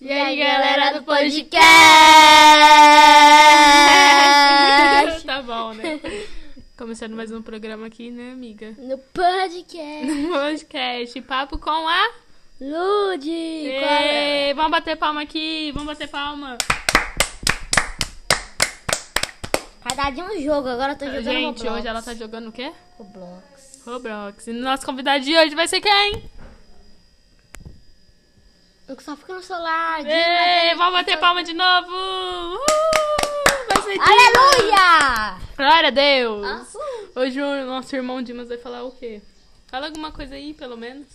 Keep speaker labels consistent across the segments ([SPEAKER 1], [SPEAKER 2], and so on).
[SPEAKER 1] E aí, galera do podcast!
[SPEAKER 2] tá bom, né? Começando mais um programa aqui, né, amiga?
[SPEAKER 1] No podcast!
[SPEAKER 2] Podcast, papo com a...
[SPEAKER 1] Lude! é?
[SPEAKER 2] Ê, vamos bater palma aqui, vamos bater palma.
[SPEAKER 1] Vai dar de um jogo, agora eu tô jogando
[SPEAKER 2] Gente,
[SPEAKER 1] Roblox.
[SPEAKER 2] hoje ela tá jogando o quê?
[SPEAKER 1] Roblox.
[SPEAKER 2] Roblox. E nosso convidado de hoje vai ser quem?
[SPEAKER 1] Eu só fica no celular. diz,
[SPEAKER 2] Ê,
[SPEAKER 1] mas-
[SPEAKER 2] vamos bater palma de novo! Uhul! Vai ser Dimas!
[SPEAKER 1] Aleluia!
[SPEAKER 2] Glória a Deus!
[SPEAKER 1] Nossa.
[SPEAKER 2] Hoje o nosso irmão Dimas vai falar o quê? Fala alguma coisa aí, pelo menos.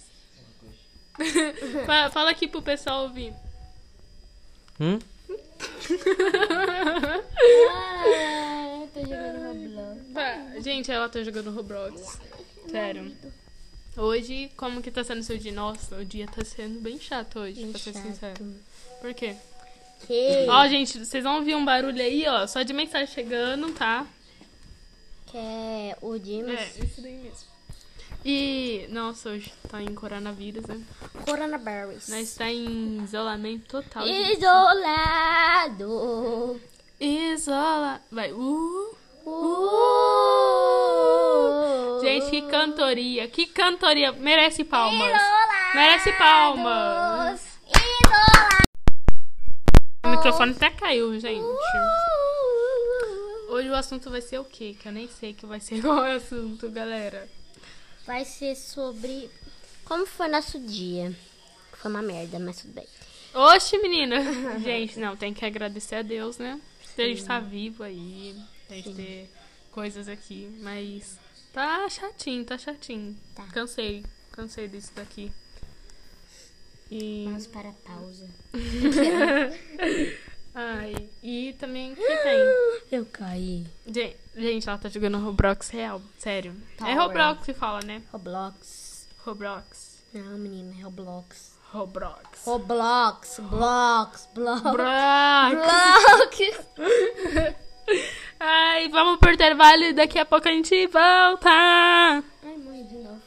[SPEAKER 2] Fa- Fala aqui pro pessoal ouvir.
[SPEAKER 3] Hum?
[SPEAKER 1] Ah, eu tô jogando Roblox.
[SPEAKER 2] Pá, Gente, ela tá jogando Roblox. Sério. Hoje, como que tá sendo seu dia? Nossa, o dia tá sendo bem chato hoje,
[SPEAKER 1] Bem
[SPEAKER 2] pra ser
[SPEAKER 1] chato.
[SPEAKER 2] sincera. Por quê?
[SPEAKER 1] Que?
[SPEAKER 2] Ó, gente, vocês vão ouvir um barulho aí, ó, só de mensagem chegando, tá?
[SPEAKER 1] Que é o Dimas.
[SPEAKER 2] É, isso daí mesmo. E, nossa, hoje tá em coronavírus, né?
[SPEAKER 1] Coronavirus.
[SPEAKER 2] Nós tá em isolamento total. gente.
[SPEAKER 1] Isolado.
[SPEAKER 2] Isola. Vai, uh.
[SPEAKER 1] Uh.
[SPEAKER 2] Gente, que cantoria, que cantoria. Merece palmas.
[SPEAKER 1] Isolados.
[SPEAKER 2] Merece palmas.
[SPEAKER 1] Isolados.
[SPEAKER 2] O microfone até caiu, gente. Hoje o assunto vai ser o quê? Que eu nem sei que vai ser qual é o assunto, galera.
[SPEAKER 1] Vai ser sobre como foi nosso dia. Foi uma merda, mas tudo bem.
[SPEAKER 2] Oxe, menina! gente, não, tem que agradecer a Deus, né? A gente tá vivo aí, tem que ter coisas aqui, mas tá chatinho, tá chatinho.
[SPEAKER 1] Tá.
[SPEAKER 2] Cansei, cansei disso daqui. E.
[SPEAKER 1] Vamos para a pausa.
[SPEAKER 2] Ai, e também o que tem?
[SPEAKER 1] Eu caí.
[SPEAKER 2] Gen- Gente, ela tá jogando Roblox real, sério.
[SPEAKER 1] Tá,
[SPEAKER 2] é Roblox que fala, né?
[SPEAKER 1] Roblox.
[SPEAKER 2] Roblox.
[SPEAKER 1] Não, menina, é Roblox.
[SPEAKER 2] Roblox.
[SPEAKER 1] Roblox, blocks, blocks.
[SPEAKER 2] Roblox.
[SPEAKER 1] Blocks.
[SPEAKER 2] Ai, vamos pro intervalo e daqui a pouco a gente volta.
[SPEAKER 1] Ai, morri de novo.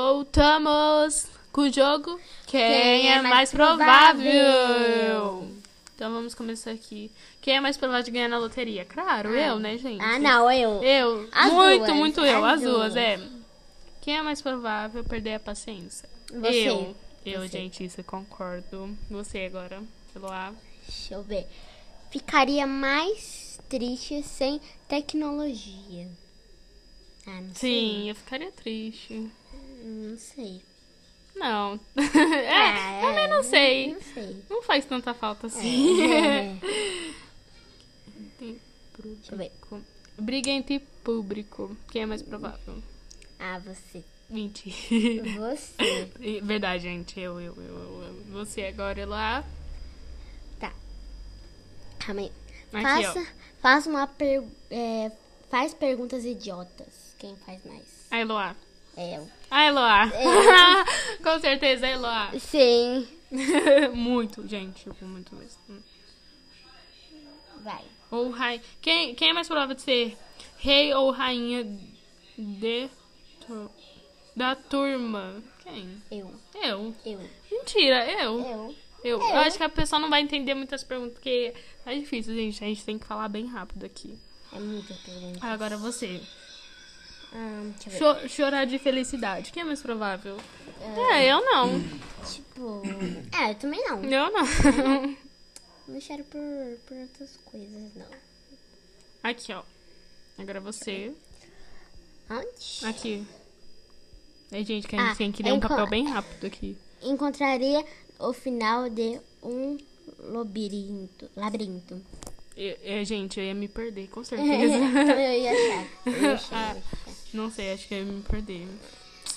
[SPEAKER 2] Voltamos com o jogo Quem, é, mais provável? Então vamos começar aqui. Quem é mais provável de ganhar na loteria? Claro, eu, né, gente?
[SPEAKER 1] Ah, não, eu.
[SPEAKER 2] Eu.
[SPEAKER 1] As
[SPEAKER 2] muito,
[SPEAKER 1] duas,
[SPEAKER 2] muito eu.
[SPEAKER 1] as
[SPEAKER 2] As, duas.
[SPEAKER 1] duas.
[SPEAKER 2] é. Quem é mais provável perder a paciência?
[SPEAKER 1] Você.
[SPEAKER 2] Eu. Eu,
[SPEAKER 1] Você.
[SPEAKER 2] gente, isso eu concordo. Você agora, pelo A.
[SPEAKER 1] Deixa eu ver. Ficaria mais triste sem tecnologia. Ah, não sei.
[SPEAKER 2] Sim, eu ficaria triste.
[SPEAKER 1] Não sei.
[SPEAKER 2] Não. é,
[SPEAKER 1] Ah,
[SPEAKER 2] também
[SPEAKER 1] é,
[SPEAKER 2] não sei.
[SPEAKER 1] Não sei.
[SPEAKER 2] Não faz tanta falta assim.
[SPEAKER 1] É.
[SPEAKER 2] Tem
[SPEAKER 1] Deixa eu ver.
[SPEAKER 2] público. Briga entre público. Quem é mais provável?
[SPEAKER 1] Ah, você.
[SPEAKER 2] Mentira.
[SPEAKER 1] Você.
[SPEAKER 2] Verdade, gente. Eu, eu, eu, eu, eu. Você agora lá.
[SPEAKER 1] Tá. Calma aí.
[SPEAKER 2] Aqui, ó.
[SPEAKER 1] faça, faça uma per... é, faz perguntas idiotas. Quem faz mais?
[SPEAKER 2] A Ah, Eloá.
[SPEAKER 1] É eu.
[SPEAKER 2] A Ah, Eloá. Com certeza, a Eloá.
[SPEAKER 1] Sim.
[SPEAKER 2] muito, gente. Eu como muito mesmo.
[SPEAKER 1] Vai.
[SPEAKER 2] Ou rainha. Quem, quem é mais provável de ser rei ou rainha de... tu- da turma? Quem?
[SPEAKER 1] Eu.
[SPEAKER 2] Eu.
[SPEAKER 1] Eu.
[SPEAKER 2] Mentira, eu.
[SPEAKER 1] Eu.
[SPEAKER 2] Eu, eu acho que a pessoa não vai entender muitas perguntas, porque tá difícil, gente. A gente tem que falar bem rápido aqui.
[SPEAKER 1] É muita pergunta.
[SPEAKER 2] Agora você.
[SPEAKER 1] Ah, deixa eu ver.
[SPEAKER 2] Cho- chorar de felicidade. Quem é mais provável? É, eu não.
[SPEAKER 1] Tipo. É, eu também não.
[SPEAKER 2] Eu não.
[SPEAKER 1] Não choro por, por outras coisas, não.
[SPEAKER 2] Aqui, ó. Agora você.
[SPEAKER 1] Antes.
[SPEAKER 2] Aqui. É, gente, que a gente
[SPEAKER 1] Ah,
[SPEAKER 2] tem que ler um
[SPEAKER 1] enco-
[SPEAKER 2] papel bem rápido aqui.
[SPEAKER 1] Encontraria o final de um labirinto. Labirinto.
[SPEAKER 2] É, é, gente, eu ia me perder, com certeza.
[SPEAKER 1] eu ia achar. Eu ia achar. eu ia achar.
[SPEAKER 2] não sei, acho que eu ia me perder.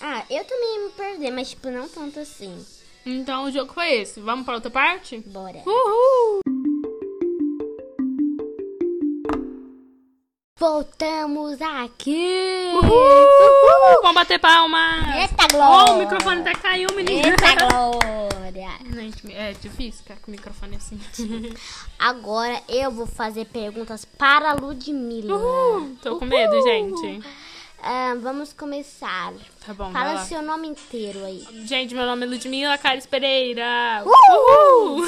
[SPEAKER 1] Ah, eu também ia me perder, mas tipo, não tanto assim.
[SPEAKER 2] Então, o jogo foi esse. Vamos pra outra parte?
[SPEAKER 1] Bora.
[SPEAKER 2] Uhul!
[SPEAKER 1] Voltamos aqui!
[SPEAKER 2] Uhul! Vamos bater palma!
[SPEAKER 1] Eita,
[SPEAKER 2] Oh,
[SPEAKER 1] Glória!
[SPEAKER 2] o microfone até caiu, tá menina.
[SPEAKER 1] Eita, Glória!
[SPEAKER 2] Gente, Gente, é difícil ficar com o microfone assim.
[SPEAKER 1] Agora eu vou fazer perguntas para a Ludmilla.
[SPEAKER 2] Uhul, tô com medo,
[SPEAKER 1] Uhul.
[SPEAKER 2] gente.
[SPEAKER 1] Ah, vamos começar.
[SPEAKER 2] Tá bom, vai
[SPEAKER 1] Fala
[SPEAKER 2] lá.
[SPEAKER 1] seu nome inteiro aí.
[SPEAKER 2] Gente, meu nome é Ludmila Caris Pereira.
[SPEAKER 1] Uhul!
[SPEAKER 2] Uhul!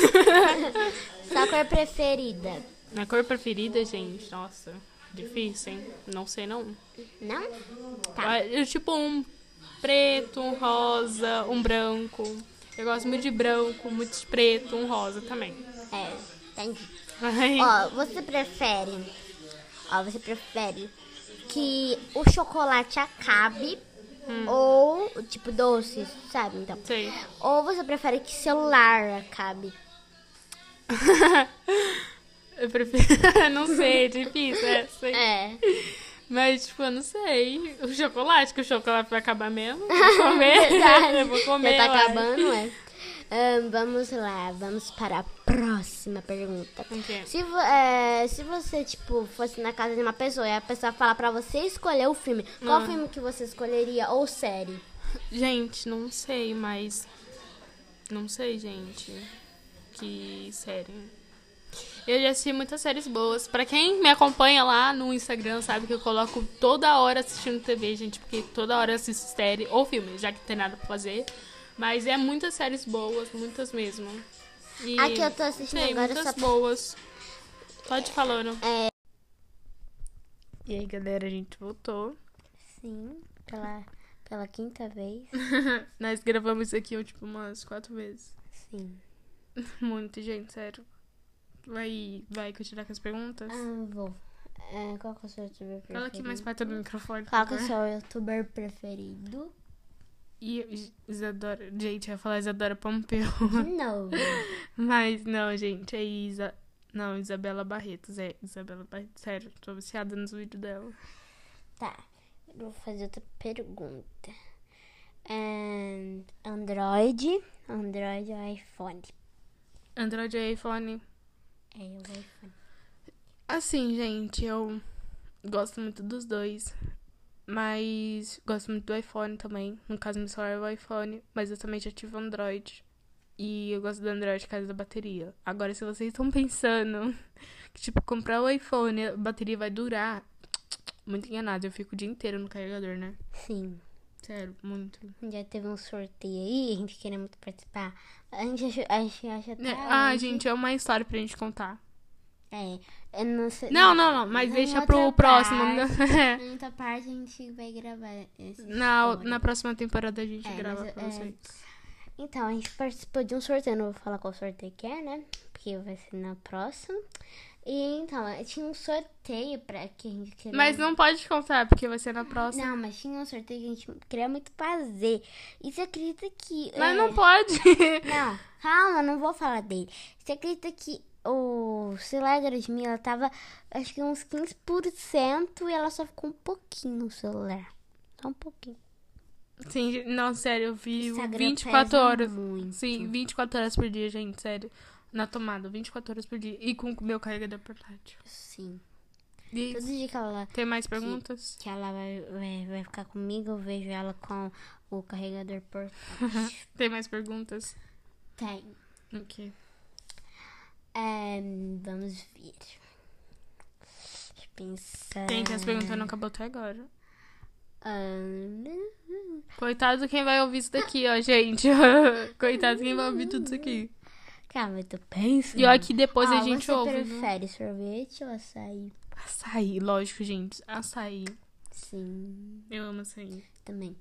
[SPEAKER 1] Sua cor preferida?
[SPEAKER 2] Minha cor preferida, gente, nossa, difícil, hein? Não sei não.
[SPEAKER 1] Não? Tá.
[SPEAKER 2] Ah, Eu, tipo, um preto, um rosa, um branco. Eu gosto muito de branco, muito de preto, um rosa também.
[SPEAKER 1] É, entendi.
[SPEAKER 2] Ai,
[SPEAKER 1] Ó, você prefere. Ó, você prefere que o chocolate acabe ou, tipo, doces, sabe? Então.
[SPEAKER 2] Hum. sei.
[SPEAKER 1] Ou você prefere que celular acabe?
[SPEAKER 2] Eu prefiro. não sei, é difícil essa. hein?
[SPEAKER 1] É.
[SPEAKER 2] Mas, tipo, eu não sei. O chocolate, que o chocolate vai acabar mesmo. Vou comer. né?
[SPEAKER 1] Verdade.
[SPEAKER 2] eu vou comer.
[SPEAKER 1] Já tá
[SPEAKER 2] eu acho.
[SPEAKER 1] acabando, é. Ahn, vamos lá, vamos para a próxima pergunta.
[SPEAKER 2] Ok.
[SPEAKER 1] Se, vo- é, se você, tipo, fosse na casa de uma pessoa e a pessoa falar pra você escolher o filme, qual
[SPEAKER 2] Ah.
[SPEAKER 1] filme que você escolheria ou série?
[SPEAKER 2] Gente, não sei, mas. Não sei, gente. Que série. Eu já assisti muitas séries boas. Pra quem me acompanha lá no Instagram, sabe que eu coloco toda hora assistindo TV, gente, porque toda hora eu assisto série ou filme, já que não tem nada pra fazer. Mas é muitas séries boas, muitas mesmo. E,
[SPEAKER 1] A que eu tô assistindo
[SPEAKER 2] sei,
[SPEAKER 1] agora
[SPEAKER 2] muitas
[SPEAKER 1] só-
[SPEAKER 2] boas. Pode falar, não?
[SPEAKER 1] É.
[SPEAKER 2] E aí, galera, a gente voltou.
[SPEAKER 1] Sim, pela, pela quinta vez.
[SPEAKER 2] Nós gravamos isso aqui, tipo, umas quatro vezes.
[SPEAKER 1] Sim.
[SPEAKER 2] Muito, gente, sério. Vai, vai continuar com as perguntas?
[SPEAKER 1] Ah, vou. É, qual que é o seu youtuber preferido?
[SPEAKER 2] Fala aqui mais perto do microfone. por
[SPEAKER 1] Qual que é o
[SPEAKER 2] favor.
[SPEAKER 1] seu youtuber preferido?
[SPEAKER 2] E Isadora. Gente, eu ia falar Isadora Pompeu.
[SPEAKER 1] Não.
[SPEAKER 2] Mas não, gente, é Isa. Não, Isabela Barretos. É, Isabela Barretos. Sério, tô viciada nos vídeos dela.
[SPEAKER 1] Tá, eu vou fazer outra pergunta. Ahn, Android, Android ou iPhone?
[SPEAKER 2] Android e iPhone.
[SPEAKER 1] É o iPhone.
[SPEAKER 2] Assim, gente, eu gosto muito dos dois. Mas gosto muito do iPhone também. No caso, meu celular é o iPhone. Mas eu também já tive Android. E eu gosto do Android por causa da bateria. Agora, se vocês estão pensando que, tipo, comprar o iPhone, a bateria vai durar. Muito enganado. Eu fico o dia inteiro no carregador, né?
[SPEAKER 1] Sim,
[SPEAKER 2] Sério, muito.
[SPEAKER 1] um dia teve um sorteio aí, a gente queria muito participar. A gente acha, acha, acha até
[SPEAKER 2] Né? Ah,
[SPEAKER 1] hoje.
[SPEAKER 2] gente, é uma história pra gente contar.
[SPEAKER 1] É, eu não sei.
[SPEAKER 2] Não, não, não. Mas
[SPEAKER 1] Em
[SPEAKER 2] deixa
[SPEAKER 1] outra
[SPEAKER 2] pro próximo. né?
[SPEAKER 1] parte- Em outra parte a gente vai gravar esse
[SPEAKER 2] Na,
[SPEAKER 1] story.
[SPEAKER 2] na próxima temporada a gente
[SPEAKER 1] É,
[SPEAKER 2] grava
[SPEAKER 1] mas,
[SPEAKER 2] pra
[SPEAKER 1] é,
[SPEAKER 2] vocês.
[SPEAKER 1] Então, a gente participou de um sorteio, não vou falar qual sorteio que é, né? Porque vai ser na próxima. E então, tinha um sorteio pra que a gente queria.
[SPEAKER 2] Mas não pode contar, porque vai ser na próxima.
[SPEAKER 1] Não, mas tinha um sorteio que a gente queria muito fazer. E você acredita que. é,
[SPEAKER 2] Mas não pode.
[SPEAKER 1] Não, calma, não vou falar dele. Você acredita que o celular da Ludmilla tava, acho que uns 15% e ela só ficou um pouquinho no celular. Só um pouquinho.
[SPEAKER 2] Sim, não, sério, eu vi
[SPEAKER 1] Instagram
[SPEAKER 2] 24
[SPEAKER 1] pesa
[SPEAKER 2] horas.
[SPEAKER 1] muito.
[SPEAKER 2] Sim, 24 horas por dia, gente, sério. Na tomada, 24 horas por dia. E com o meu carregador portátil.
[SPEAKER 1] Sim.
[SPEAKER 2] E
[SPEAKER 1] Todo dia que ela,
[SPEAKER 2] tem mais perguntas?
[SPEAKER 1] que ela vai, vai, vai ficar comigo, eu vejo ela com o carregador portátil.
[SPEAKER 2] Tem mais perguntas?
[SPEAKER 1] Tem.
[SPEAKER 2] Ok.
[SPEAKER 1] É, vamos ver. Deixa eu pensar. Ah,
[SPEAKER 2] Tem que as perguntas não acabou até agora.
[SPEAKER 1] Ahn,
[SPEAKER 2] Coitado quem vai ouvir isso daqui, ó, gente. Coitado quem vai ouvir tudo isso aqui.
[SPEAKER 1] Calma, eu tô pensando.
[SPEAKER 2] E ó, que depois
[SPEAKER 1] Ah,
[SPEAKER 2] a gente
[SPEAKER 1] você
[SPEAKER 2] ouve. né? viu?
[SPEAKER 1] prefere sorvete ou açaí?
[SPEAKER 2] Açaí, lógico, gente. Açaí.
[SPEAKER 1] Sim,
[SPEAKER 2] Eu amo açaí.
[SPEAKER 1] também.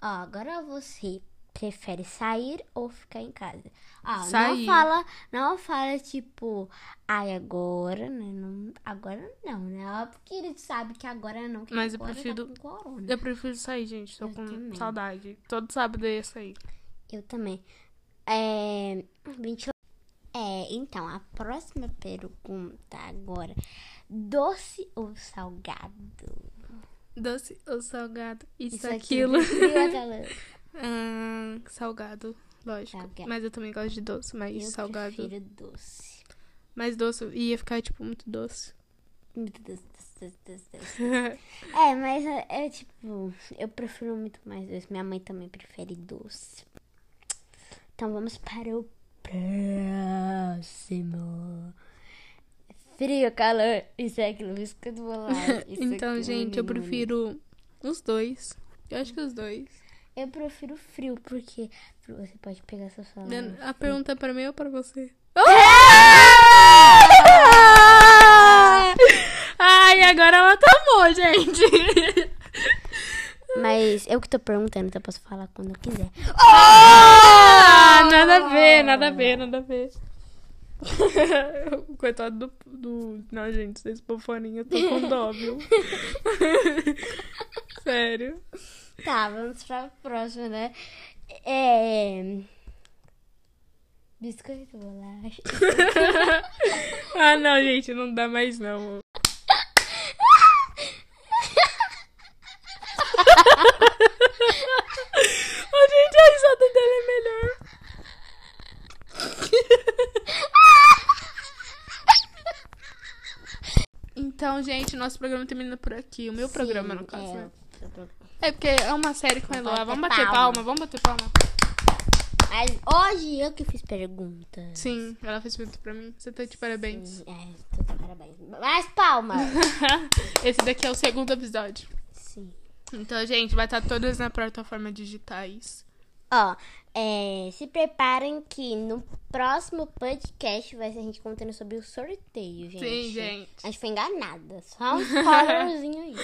[SPEAKER 1] Ó, agora você prefere sair ou ficar em casa? Ah, não
[SPEAKER 2] Sair.
[SPEAKER 1] fala, não fala tipo, ai, agora, né? Não, agora não, né? Ó, Porque ele sabe que agora não, que
[SPEAKER 2] Mas eu
[SPEAKER 1] agora tá
[SPEAKER 2] prefiro-
[SPEAKER 1] com corona.
[SPEAKER 2] Eu prefiro sair, gente. Tô
[SPEAKER 1] Eu
[SPEAKER 2] com
[SPEAKER 1] também.
[SPEAKER 2] saudade. Todo sábado eu ia sair.
[SPEAKER 1] Eu também. É, ventila- é, então, a próxima pergunta agora. Doce ou salgado?
[SPEAKER 2] Doce ou salgado? Isso,
[SPEAKER 1] aqui
[SPEAKER 2] aquilo.
[SPEAKER 1] eu prefiro é aquela-
[SPEAKER 2] Ah, salgado, lógico.
[SPEAKER 1] Salgado.
[SPEAKER 2] Mas eu também gosto de doce, mas
[SPEAKER 1] Eu
[SPEAKER 2] salgado.
[SPEAKER 1] prefiro doce.
[SPEAKER 2] Mais doce ia ficar, tipo, muito doce.
[SPEAKER 1] Muito doce, doce, doce, doce, doce. é, mas é, é tipo, eu prefiro muito mais doce. Minha mãe também prefere doce. Então vamos para o próximo. Frio, calor, isso é aquilo, biscoito bolado. É, isso
[SPEAKER 2] então,
[SPEAKER 1] aquilo,
[SPEAKER 2] gente, eu
[SPEAKER 1] menino.
[SPEAKER 2] prefiro os dois. Eu acho que os dois.
[SPEAKER 1] Eu prefiro frio, porque frio, você pode pegar seu celular.
[SPEAKER 2] A pergunta é pra mim ou pra você? Ah! Ai, agora ela tomou, gente.
[SPEAKER 1] Mas eu que tô perguntando, então eu posso falar quando eu quiser.
[SPEAKER 2] Ah, nada a ver, nada a ver, nada a ver. Coitado do, do. Não, gente, vocês pofaninho, eu tô com dó, viu? Sério.
[SPEAKER 1] Tá, vamos pra próxima, né? É. Biscoito bolacha.
[SPEAKER 2] Ah, não, gente, não dá mais não. Ô, gente, a risada dela é melhor. Então, gente, nosso programa termina por aqui. O meu programa, no caso,
[SPEAKER 1] é.
[SPEAKER 2] né? É porque é uma série com a Eloá.
[SPEAKER 1] bater
[SPEAKER 2] Vamos bater palma.
[SPEAKER 1] palma.
[SPEAKER 2] vamos bater palma.
[SPEAKER 1] Mas hoje eu que fiz pergunta.
[SPEAKER 2] Sim, ela fez pergunta pra mim. Você tá de parabéns.
[SPEAKER 1] É, tô de parabéns. Mais palmas!
[SPEAKER 2] Esse daqui é o segundo episódio.
[SPEAKER 1] Sim.
[SPEAKER 2] Então, gente, vai estar todas na plataforma digitais.
[SPEAKER 1] Ó, é, se preparem que no próximo podcast vai ser a gente contando sobre o sorteio, gente.
[SPEAKER 2] Sim, gente.
[SPEAKER 1] A gente foi enganada. Só um spoilerzinho aí.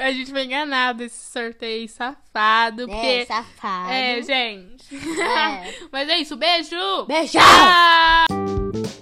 [SPEAKER 2] A gente foi enganado esse sorteio safado. Porque...
[SPEAKER 1] É, safado.
[SPEAKER 2] É, gente.
[SPEAKER 1] É.
[SPEAKER 2] Mas é isso. Beijo!
[SPEAKER 1] Beijão!
[SPEAKER 2] Tchau!